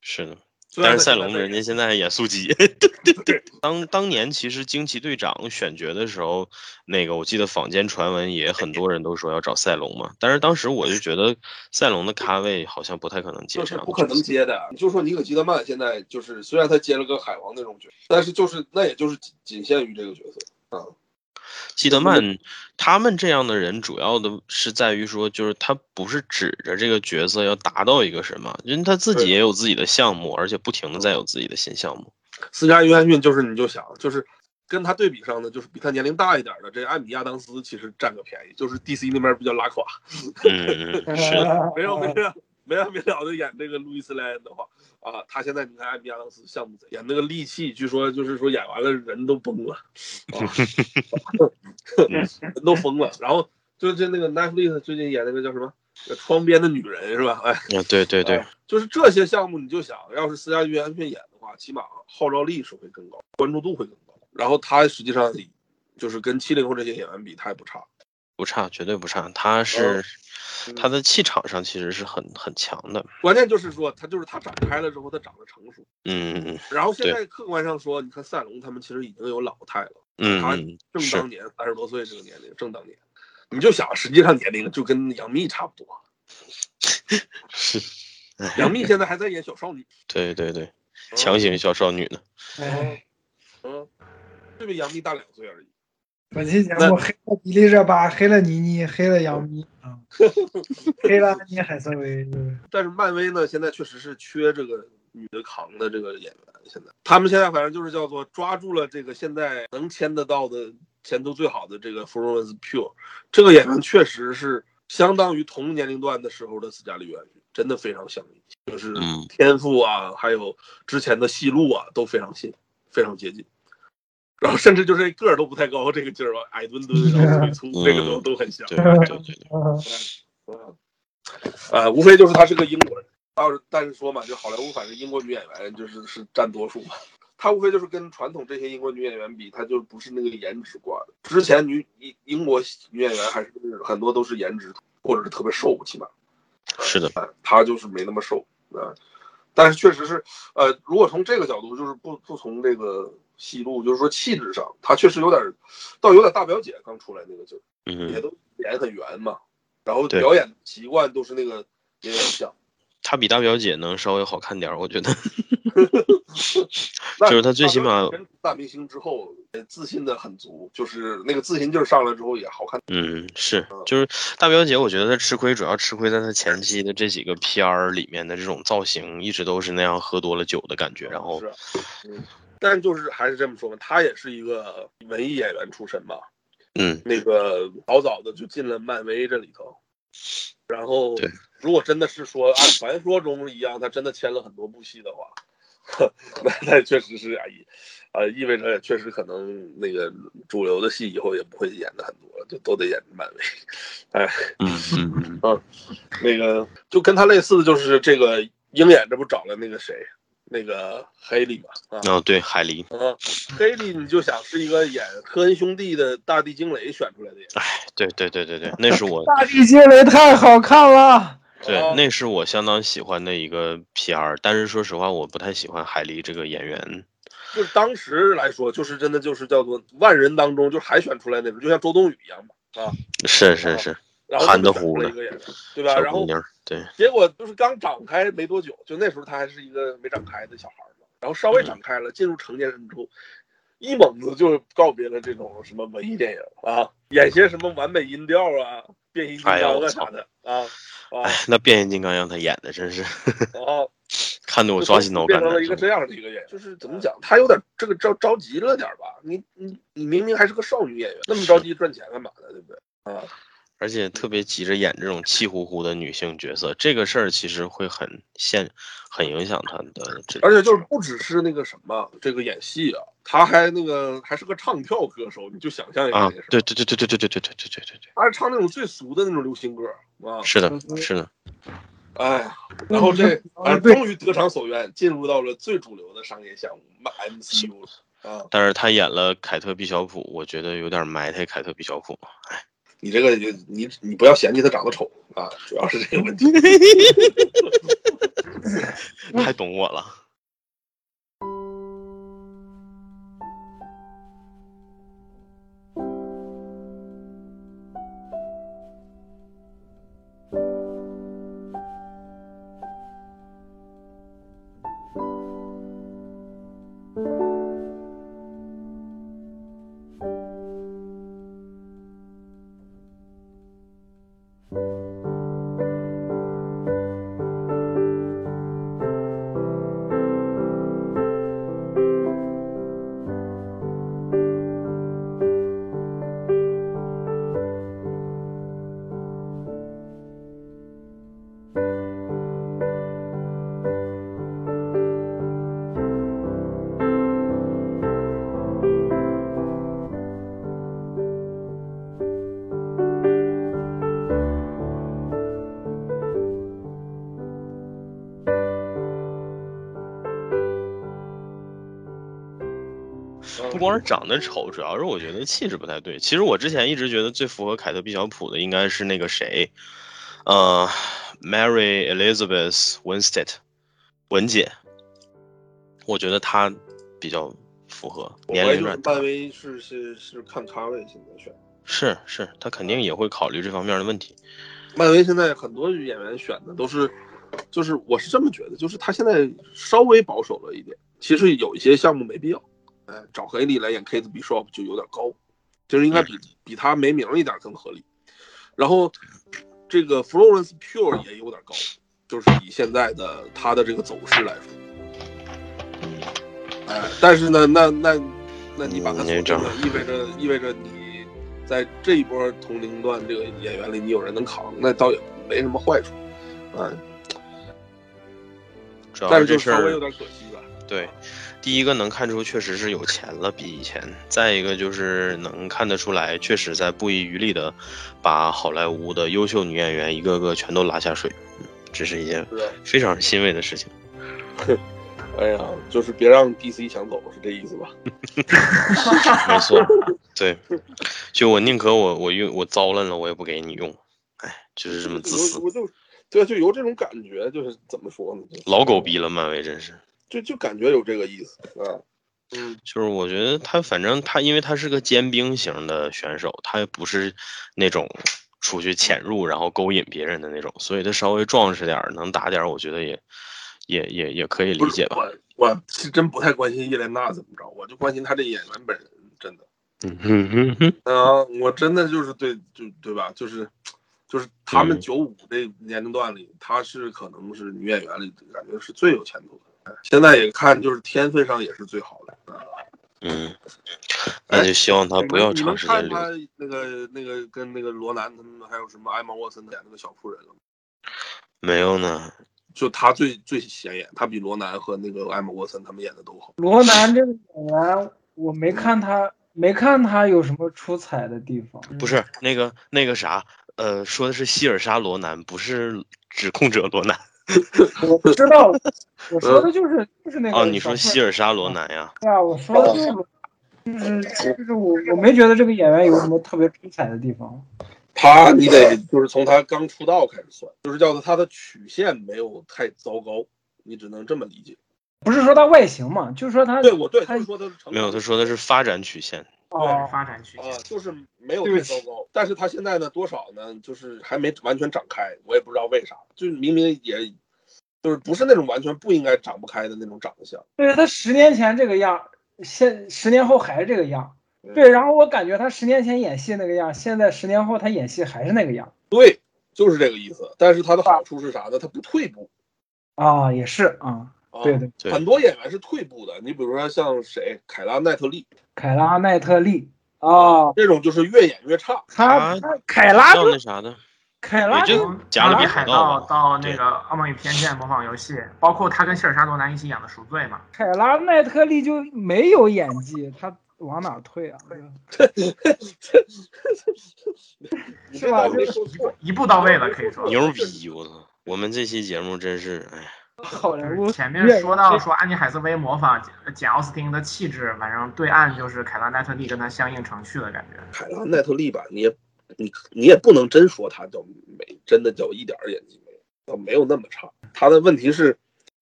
Speaker 4: 是的。
Speaker 1: 虽
Speaker 4: 但
Speaker 1: 然
Speaker 4: 是赛
Speaker 1: 他现
Speaker 4: 龙
Speaker 1: 在
Speaker 4: 人
Speaker 1: 也
Speaker 4: 家现在演 速激，
Speaker 1: 对
Speaker 4: 当当年其实惊奇队长选角的时候，那个我记得坊间传闻也很多人都说要找赛龙嘛，但是当时我就觉得赛龙的咖位好像不太可能
Speaker 1: 就
Speaker 4: 接这
Speaker 1: 是
Speaker 4: 样
Speaker 1: 不
Speaker 4: 的
Speaker 1: 可
Speaker 4: 角
Speaker 1: 能
Speaker 4: 色，
Speaker 1: 接的。啊你就说尼可基德曼现在就是，虽然他接了个海王那种角色，但是就是那也就是仅仅限于这个角色。
Speaker 4: 希德曼他们这样的人，主要的是在于说，就是他不是指着这个角色要达到一个什么，因为他自己也有自己的项目，而且不停的在有自己的新 项目。
Speaker 1: 斯嘉约翰逊就是你就想就是。跟他对比上呢，就是比他年龄大一点的这艾米亚当斯其实占个便宜，就是 DC 那边比较拉垮，
Speaker 4: 嗯，嗯是的，
Speaker 3: 哎
Speaker 1: 没有没有没完没了的演这个路易斯莱恩的话啊，他现在你看艾米亚当斯项目贼演那个利器，据说就是说演完了人都崩了，啊人都疯了。然后就是那个 Netflix 最近演那个叫什么《窗边的女人》是吧？哎，
Speaker 4: 啊，对对对
Speaker 1: 哎，就是这些项目，你就想要是私家剧安全演的话，起码号召力是会更高，关注度会更高。然后他实际上就是跟七零后这些演员比，他也不差。
Speaker 4: 不差，绝对不差。他是、
Speaker 1: 嗯
Speaker 4: 他的气场上其实是很很强的。
Speaker 1: 关键就是说，他就是他长开了之后，他长得成熟。
Speaker 4: 嗯
Speaker 1: 然后现在客观上说，你看赛龙他们其实已经有老态了，
Speaker 4: 嗯
Speaker 1: 他
Speaker 4: 嗯，
Speaker 1: 正
Speaker 4: 是
Speaker 1: 当年三十多岁这个年龄，正当年。你就想，实际上年龄就跟杨幂差不多。
Speaker 4: 是，
Speaker 1: 杨幂现在还在演小少女，
Speaker 4: 对对对，强行小少女呢。
Speaker 5: 哎，
Speaker 1: 嗯，这比杨幂大两岁而已。
Speaker 5: 本期节目黑了迪丽热巴，黑了倪妮，黑了杨幂啊，
Speaker 3: 嗯
Speaker 5: 黑了安妮海瑟薇，就是
Speaker 1: 但是漫威呢，现在确实是缺这个女的扛的这个演员。现在他们现在反正就是叫做抓住了这个现在能签得到的前途最好的这个 Florence Pugh，这个演员确实是相当于同年龄段的时候的斯嘉丽·约翰逊，真的非常像，就是
Speaker 4: 嗯
Speaker 1: 天赋啊，还有之前的戏路啊，都非常近，非常接近。然后甚至就是个儿都不太高，这个劲儿吧，矮墩墩，然后腿粗，这个都都很像。
Speaker 4: 对对对 对，
Speaker 5: 嗯
Speaker 1: 呃，无非就是她是个英国人。要是但是说嘛，就好莱坞反正英国女演员就是是占多数嘛。 她无非就是跟传统这些英国女演员比，她就不是那个颜值挂的。之前女英英国女演员还是很多都是颜值，或者是特别瘦，起码
Speaker 4: 是的，
Speaker 1: 呃她就是没那么瘦啊、呃但是确实是，呃，如果从这个角度，就是不不从这个戏路，就是说气质上，她确实有点儿，倒有点大表姐刚出来那个劲儿。也
Speaker 4: 嗯，
Speaker 1: 都脸很圆嘛，然后
Speaker 4: 对
Speaker 1: 表演习惯都是那个也有点像，
Speaker 4: 她比大表姐能稍微好看点儿，我觉得。
Speaker 1: 那
Speaker 4: 就是他最起码
Speaker 1: 真大明星之后，呃自信的很足，就是那个自信劲儿上来之后也好看。
Speaker 4: 嗯，是，就是大表姐，我觉得她吃亏，主要吃亏在她前期的这几个片儿里面的这种造型，一直都是那样喝多了酒的感觉，然后
Speaker 1: 是，嗯，但就是还是这么说嘛，他也是一个文艺演员出身嘛，
Speaker 4: 嗯，
Speaker 1: 那个早早的就进了漫威这里头，然后
Speaker 4: 对
Speaker 1: 如果真的是说按传说中一样，他真的签了很多部戏的话， 呵那那确实是啊，意啊意味着确实可能那个主流的戏以后也不会演的很多了，就都得演漫威。哎，
Speaker 4: 嗯嗯嗯，
Speaker 1: 那个就跟他类似的就是这个鹰眼，这不找了那个谁，那个黑利嘛啊。
Speaker 4: 哦，对，海狸，
Speaker 1: 啊，黑利你就想是一个演科恩兄弟的《大地惊雷》选出来的演员，
Speaker 4: 对对对对对，那 是我
Speaker 3: 大地惊雷太好看了，
Speaker 4: 对
Speaker 1: 哦，
Speaker 4: 那是我相当喜欢的一个片儿，但是说实话，我不太喜欢海狸这个演员。
Speaker 1: 就是当时来说，就是真的就是叫做万人当中，就是海选出来那种，就像周冬雨一样嘛啊，
Speaker 4: 是是是，
Speaker 1: 然后
Speaker 4: 憨
Speaker 1: 就
Speaker 4: 得
Speaker 1: 选出
Speaker 4: 乎
Speaker 1: 了
Speaker 4: 的
Speaker 1: 一个演员，对吧？
Speaker 4: 小
Speaker 1: 然
Speaker 4: 姑
Speaker 1: 后哦
Speaker 4: 娘，对，
Speaker 1: 结果就是刚长开没多久，就那时候他还是一个没长开的小孩儿嘛，然后稍微
Speaker 4: 嗯
Speaker 1: 长开了，进入成年人之后，一猛子就告别了这种什么文艺电影啊，演些什么完美音调啊、变形金
Speaker 4: 哎呀
Speaker 1: 刚
Speaker 4: 我
Speaker 1: 啊
Speaker 4: 操
Speaker 1: 啥的啊啊
Speaker 4: 哎，那变形金刚让他演的真是
Speaker 1: 啊！
Speaker 4: 看得我抓心挠
Speaker 1: 变
Speaker 4: 肝
Speaker 1: 成了一
Speaker 4: 难
Speaker 1: 个
Speaker 4: 受。
Speaker 1: 这样的一个演员，就是怎么讲，他有点这个着着急了点儿吧？你你你明明还是个少女演员，那么着急赚钱干嘛呢？对不对？啊，
Speaker 4: 而且特别急着演这种气呼呼的女性角色，这个事儿其实会很现，很影响她的这。
Speaker 1: 而且就是不只是那个什么这个演戏啊，他还那个还是个唱跳歌手，你就想象一下
Speaker 4: 啊
Speaker 1: 这事，儿，
Speaker 4: 对对对对对对对对对对对对
Speaker 1: 他还唱那种最俗的那种流行歌啊
Speaker 4: 对，，是嗯的，是的，
Speaker 1: 哎呀，然后这啊
Speaker 5: 对
Speaker 1: 终于得偿所愿，进入到了最主流的商业项目 MCU 了啊。
Speaker 4: 但是他演了凯特·毕小普，我觉得有点埋汰凯特·毕小普。
Speaker 1: 你这个就你你不要嫌弃他长得丑啊，主要是这个问
Speaker 4: 嗯
Speaker 1: 题。嗯
Speaker 4: 太懂我了。
Speaker 1: 啊
Speaker 4: 不光是长得丑，主要是我觉得气质不太对。其实我之前一直觉得最符合凯特·毕小普的应该是那个谁，呃，Mary Elizabeth Winstead，文姐，我觉得她比较符合，
Speaker 1: 我
Speaker 4: 年龄有
Speaker 1: 怀
Speaker 4: 点
Speaker 1: 旧漫威是是是看咖位现在选，
Speaker 4: 是是，他肯定也会考虑这方面的问题。
Speaker 1: 漫威现在很多演员选的都是，就是我是这么觉得，就是他现在稍微保守了一点。其实有一些项目没必要，哎，找黑利来演 Kate Bishop 就有点高，其实应该
Speaker 4: 嗯
Speaker 1: 比比他没名一点更合理。然后这个 Florence Pure 也有点高，就是以现在的他的这个走势来说。哎，但是呢，那那那你把
Speaker 4: 嗯
Speaker 1: 它锁定了，意味着意味着你在这一波同龄段这个演员里，你有人能扛，那倒也没什么坏处，哎，
Speaker 4: 主
Speaker 1: 但
Speaker 4: 要
Speaker 1: 是就
Speaker 4: 这事
Speaker 1: 稍微有
Speaker 4: 儿
Speaker 1: 点可惜吧。
Speaker 4: 对，第一个能看出确实是有钱了，比以前；再一个就是能看得出来，确实在不遗余力的把好莱坞的优秀女演员一个个全都拉下水，嗯这是一件
Speaker 1: 是啊
Speaker 4: 非常欣慰的事情。
Speaker 1: 哎呀，就是别让 DC 抢走，是这意思吧？
Speaker 4: 没错，对，就我宁可我我用我糟烂了，我也不给你用，哎，就是这么自私
Speaker 1: 我，我就对，啊就有这种感觉，就是怎么说呢？就
Speaker 4: 老狗逼了，漫威真是。
Speaker 1: 就就感觉有这个意思啊。嗯，
Speaker 4: 就是我觉得他反正他，因为他是个尖兵型的选手，他不是那种出去潜入然后勾引别人的那种，所以他稍微壮实点儿，能打点儿，我觉得也也也也可以理解吧。
Speaker 1: 不是我我是真不太关心叶莲娜怎么着，我就关心她这演员本人，真的
Speaker 4: 嗯哼哼哼，
Speaker 1: 啊，我真的就是对，就对吧？就是就是他们
Speaker 4: 嗯
Speaker 1: 九五这年龄段里，她是可能是女演员里感觉是最有前途的，哎现在也看就是天分上也是最好的。啊
Speaker 4: 嗯，那就希望他啊不要
Speaker 1: 哎你
Speaker 4: 长
Speaker 1: 们
Speaker 4: 时间
Speaker 1: 看
Speaker 4: 留
Speaker 1: 他。那个那个跟那个罗南他们还有什么艾玛沃森演那个小妇人了吗？
Speaker 4: 没有呢，
Speaker 1: 就他最最显眼，他比罗南和那个艾玛沃森他们演的都好。
Speaker 3: 罗南这个演员，我没看他，没看他有什么出彩的地方。
Speaker 4: 不是那个那个啥，呃，说的是希尔莎罗南，不是指控者罗南。
Speaker 3: 我不知道，我说的就是就是那个。
Speaker 4: 哦，你说希？尔莎罗南呀？
Speaker 3: 对啊，我说的就是就是就是我我没觉得这个演员有什么特别出彩的地方。
Speaker 1: 他你得就是从他刚出道开始算，就是叫做他的曲线没有太糟糕，你只能这么理解。
Speaker 3: 不是说他外形嘛，就是说他
Speaker 1: 对我对
Speaker 3: 他
Speaker 1: 他说他是成
Speaker 4: 没有，他说的是发展曲线。
Speaker 2: 对
Speaker 3: 哦，
Speaker 2: 发展曲线
Speaker 1: 啊，就是没有太糟糕，但是他现在呢，多少呢，就是还没完全长开，我也不知道为啥，就是明明也。就是不是那种完全不应该长不开的那种长相，
Speaker 3: 对他十年前这个样，现十年后还是这个样。
Speaker 1: 嗯
Speaker 3: 对，然后我感觉他十年前演戏那个样，现在十年后他演戏还是那个样
Speaker 1: 对，就是这个意思。但是他的好处是啥呢？他不退步，
Speaker 3: 啊，也是啊，
Speaker 1: 啊、
Speaker 3: 对对，
Speaker 4: 对
Speaker 1: 很多演员是退步的。你比如说像谁，凯拉奈特利
Speaker 3: 凯拉奈特利啊，
Speaker 1: 这种，就是越演越差。
Speaker 3: 他他凯拉
Speaker 4: 叫
Speaker 3: 就
Speaker 4: 那啥的，
Speaker 3: 凯
Speaker 4: 我
Speaker 3: 拉
Speaker 4: 就
Speaker 3: 就
Speaker 2: 从
Speaker 4: 加勒
Speaker 2: 比
Speaker 4: 比
Speaker 2: 海
Speaker 4: 海盗
Speaker 2: 盗
Speaker 4: 嘛
Speaker 2: 到那
Speaker 4: 对
Speaker 2: 个《傲慢与偏见》模仿游戏，包括他跟希尔莎罗南一起演的《赎罪》嘛，
Speaker 3: 凯拉奈特利就没有演技，他往哪退啊？
Speaker 1: 你
Speaker 3: 是吧
Speaker 1: 这倒没
Speaker 3: 就
Speaker 1: 说错
Speaker 2: 一步到位了，可以说。
Speaker 4: 牛逼！我操，我们这期节目真是，哎呀，
Speaker 3: 好
Speaker 2: 就
Speaker 3: 人物
Speaker 2: 是前面说到说安妮海瑟薇模仿简奥斯汀的气质，反正对岸就是凯拉奈特利跟他相应程序的感觉。
Speaker 1: 凯拉奈特利吧，你也你你也不能真说他叫没，真的叫一点儿演技没有，倒没有那么差。他的问题是，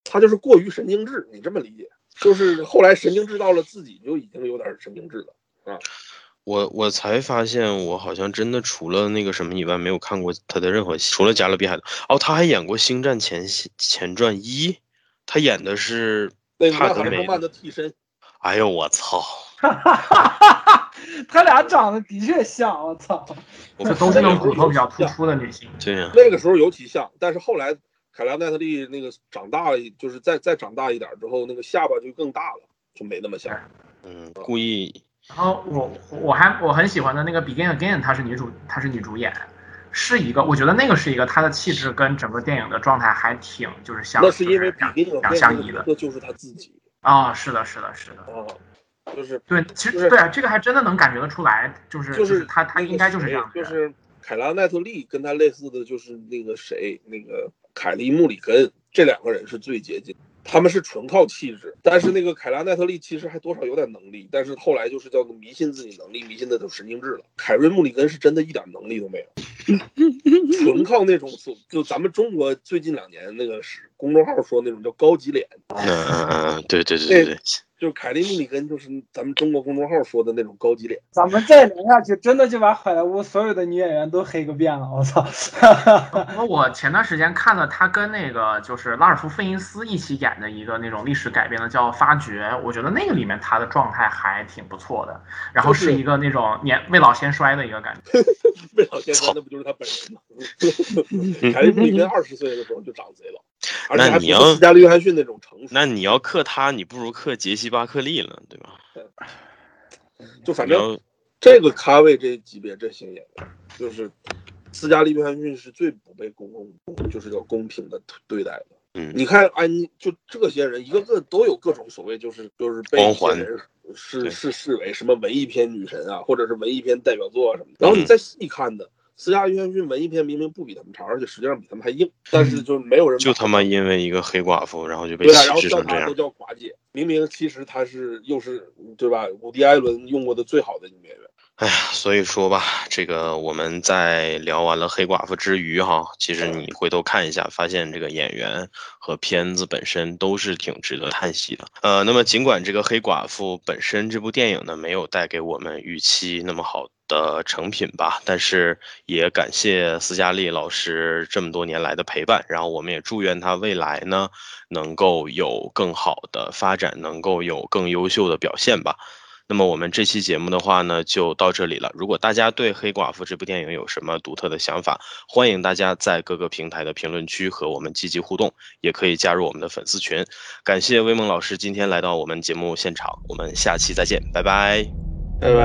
Speaker 1: 他就是过于神经质，你这么理解？就是后来神经质到了自己就已经有点神经质了。
Speaker 4: 我我才发现我好像真的除了那个什么以外，没有看过他的任何戏，除了《加勒比海盗》。哦，他还演过《星战前戏前传一》，他演的是
Speaker 1: 那个
Speaker 4: 帕
Speaker 1: 纳
Speaker 4: 德
Speaker 1: 塔
Speaker 4: 梅
Speaker 1: 特。曼的替身，
Speaker 4: 哎呦我操！
Speaker 3: 他俩长得的确像，我操！
Speaker 4: 我
Speaker 2: 就都是那种骨头比较突出的女性，
Speaker 4: 对呀、
Speaker 1: 那个时候尤其像，但是后来凯拉奈特利那个长大了，就是再再长大一点之后，那个下巴就更大了，就没那么像。
Speaker 4: 嗯，故意
Speaker 2: 然后我我还我很喜欢的那个《Begin Again》，她是女主，她是女主演，是一个我觉得那个是一个她的气质跟整个电影的状态还挺就是相，
Speaker 1: 那是因为
Speaker 2: 就
Speaker 1: 比
Speaker 2: 两
Speaker 1: 利那
Speaker 2: 两
Speaker 1: 个
Speaker 2: 相宜的
Speaker 1: 这就是他自己
Speaker 2: 啊、是的，是的，是的，
Speaker 1: 啊，就是
Speaker 2: 对，其
Speaker 1: 就
Speaker 2: 实
Speaker 1: 是
Speaker 2: 对啊，这个还真的能感觉得出来，就是
Speaker 1: 就是
Speaker 2: 她她
Speaker 1: 那个
Speaker 2: 应该就是这
Speaker 1: 谁
Speaker 2: 样的
Speaker 1: 就
Speaker 2: 人，
Speaker 1: 是凯拉奈特利跟他类似的就是那个谁，那个凯利穆里根，这两个人是最接近的。他们是纯靠气质，但是那个凯拉奈特利其实还多少有点能力，但是后来就是叫做迷信自己能力，迷信的都神经质了。凯瑞穆里根是真的一点能力都没有，纯靠那种所就咱们中国最近两年那个是公众号说那种叫高级脸，
Speaker 4: 嗯嗯嗯，对对对对对，
Speaker 1: 就是凯利·穆里根，就是咱们中国公众号说的那种高级脸。
Speaker 3: 咱们再聊下去，真的就把好莱坞所有的女演员都黑个遍了。我操！
Speaker 2: 不过我前段时间看了他跟那个就是拉尔夫·费因斯一起演的一个那种历史改编的叫《发掘》，我觉得那个里面他的状态还挺不错的。然后是一个那种年未老先衰的一个感觉。
Speaker 1: 未老先衰，那不就是他本 人吗？凯利·穆里根二十岁的时候就长 贼老。而且
Speaker 4: 那
Speaker 1: 还
Speaker 4: 你
Speaker 1: 不是
Speaker 4: 要
Speaker 1: 斯嘉丽约翰逊那种成熟，
Speaker 4: 那你要克他，你不如克杰西巴克利了，对吧？
Speaker 1: 就反
Speaker 4: 你
Speaker 1: 正
Speaker 4: 要
Speaker 1: 这个咖位这级别这型演员，就是斯嘉丽约翰逊是最不被公共就是要公平的对待的。
Speaker 4: 嗯
Speaker 1: 你看安妮，就这些人一个个都有各种所谓就是就是被
Speaker 4: 光
Speaker 1: 一些
Speaker 4: 环
Speaker 1: 人是
Speaker 4: 对
Speaker 1: 是视为什么文艺片女神啊，或者是文艺片代表作啊什么的。然后
Speaker 4: 嗯
Speaker 1: 你再细看的。斯嘉丽约翰逊文艺片明明不比他们差，而且实际上比他们还硬，但是就没有人
Speaker 4: 嗯就
Speaker 1: 把
Speaker 4: 他妈因为一个黑寡妇，然后就被
Speaker 1: 对啊，
Speaker 4: 歧
Speaker 1: 然后
Speaker 4: 视
Speaker 1: 叫
Speaker 4: 成这
Speaker 1: 她都
Speaker 4: 样。
Speaker 1: 叫寡姐，明明其实她是又是对吧？伍迪·艾伦用过的最好的女演员，
Speaker 4: 哎呀，所以说吧，这个我们在聊完了黑寡妇之余哈，其实你回头看一下，发现这个演员和片子本身都是挺值得叹息的。呃，那么尽管这个黑寡妇本身这部电影呢没有带给我们预期那么好的成品吧，但是也感谢斯嘉丽老师这么多年来的陪伴，然后我们也祝愿她未来呢能够有更好的发展，能够有更优秀的表现吧。那么我们这期节目的话呢，就到这里了。如果大家对《黑寡妇》这部电影有什么独特的想法，欢迎大家在各个平台的评论区和我们积极互动，也可以加入我们的粉丝群。感谢威猛老师今天来到我们节目现场，我们下期再见，拜拜。
Speaker 1: 拜拜。
Speaker 3: 拜。
Speaker 2: 拜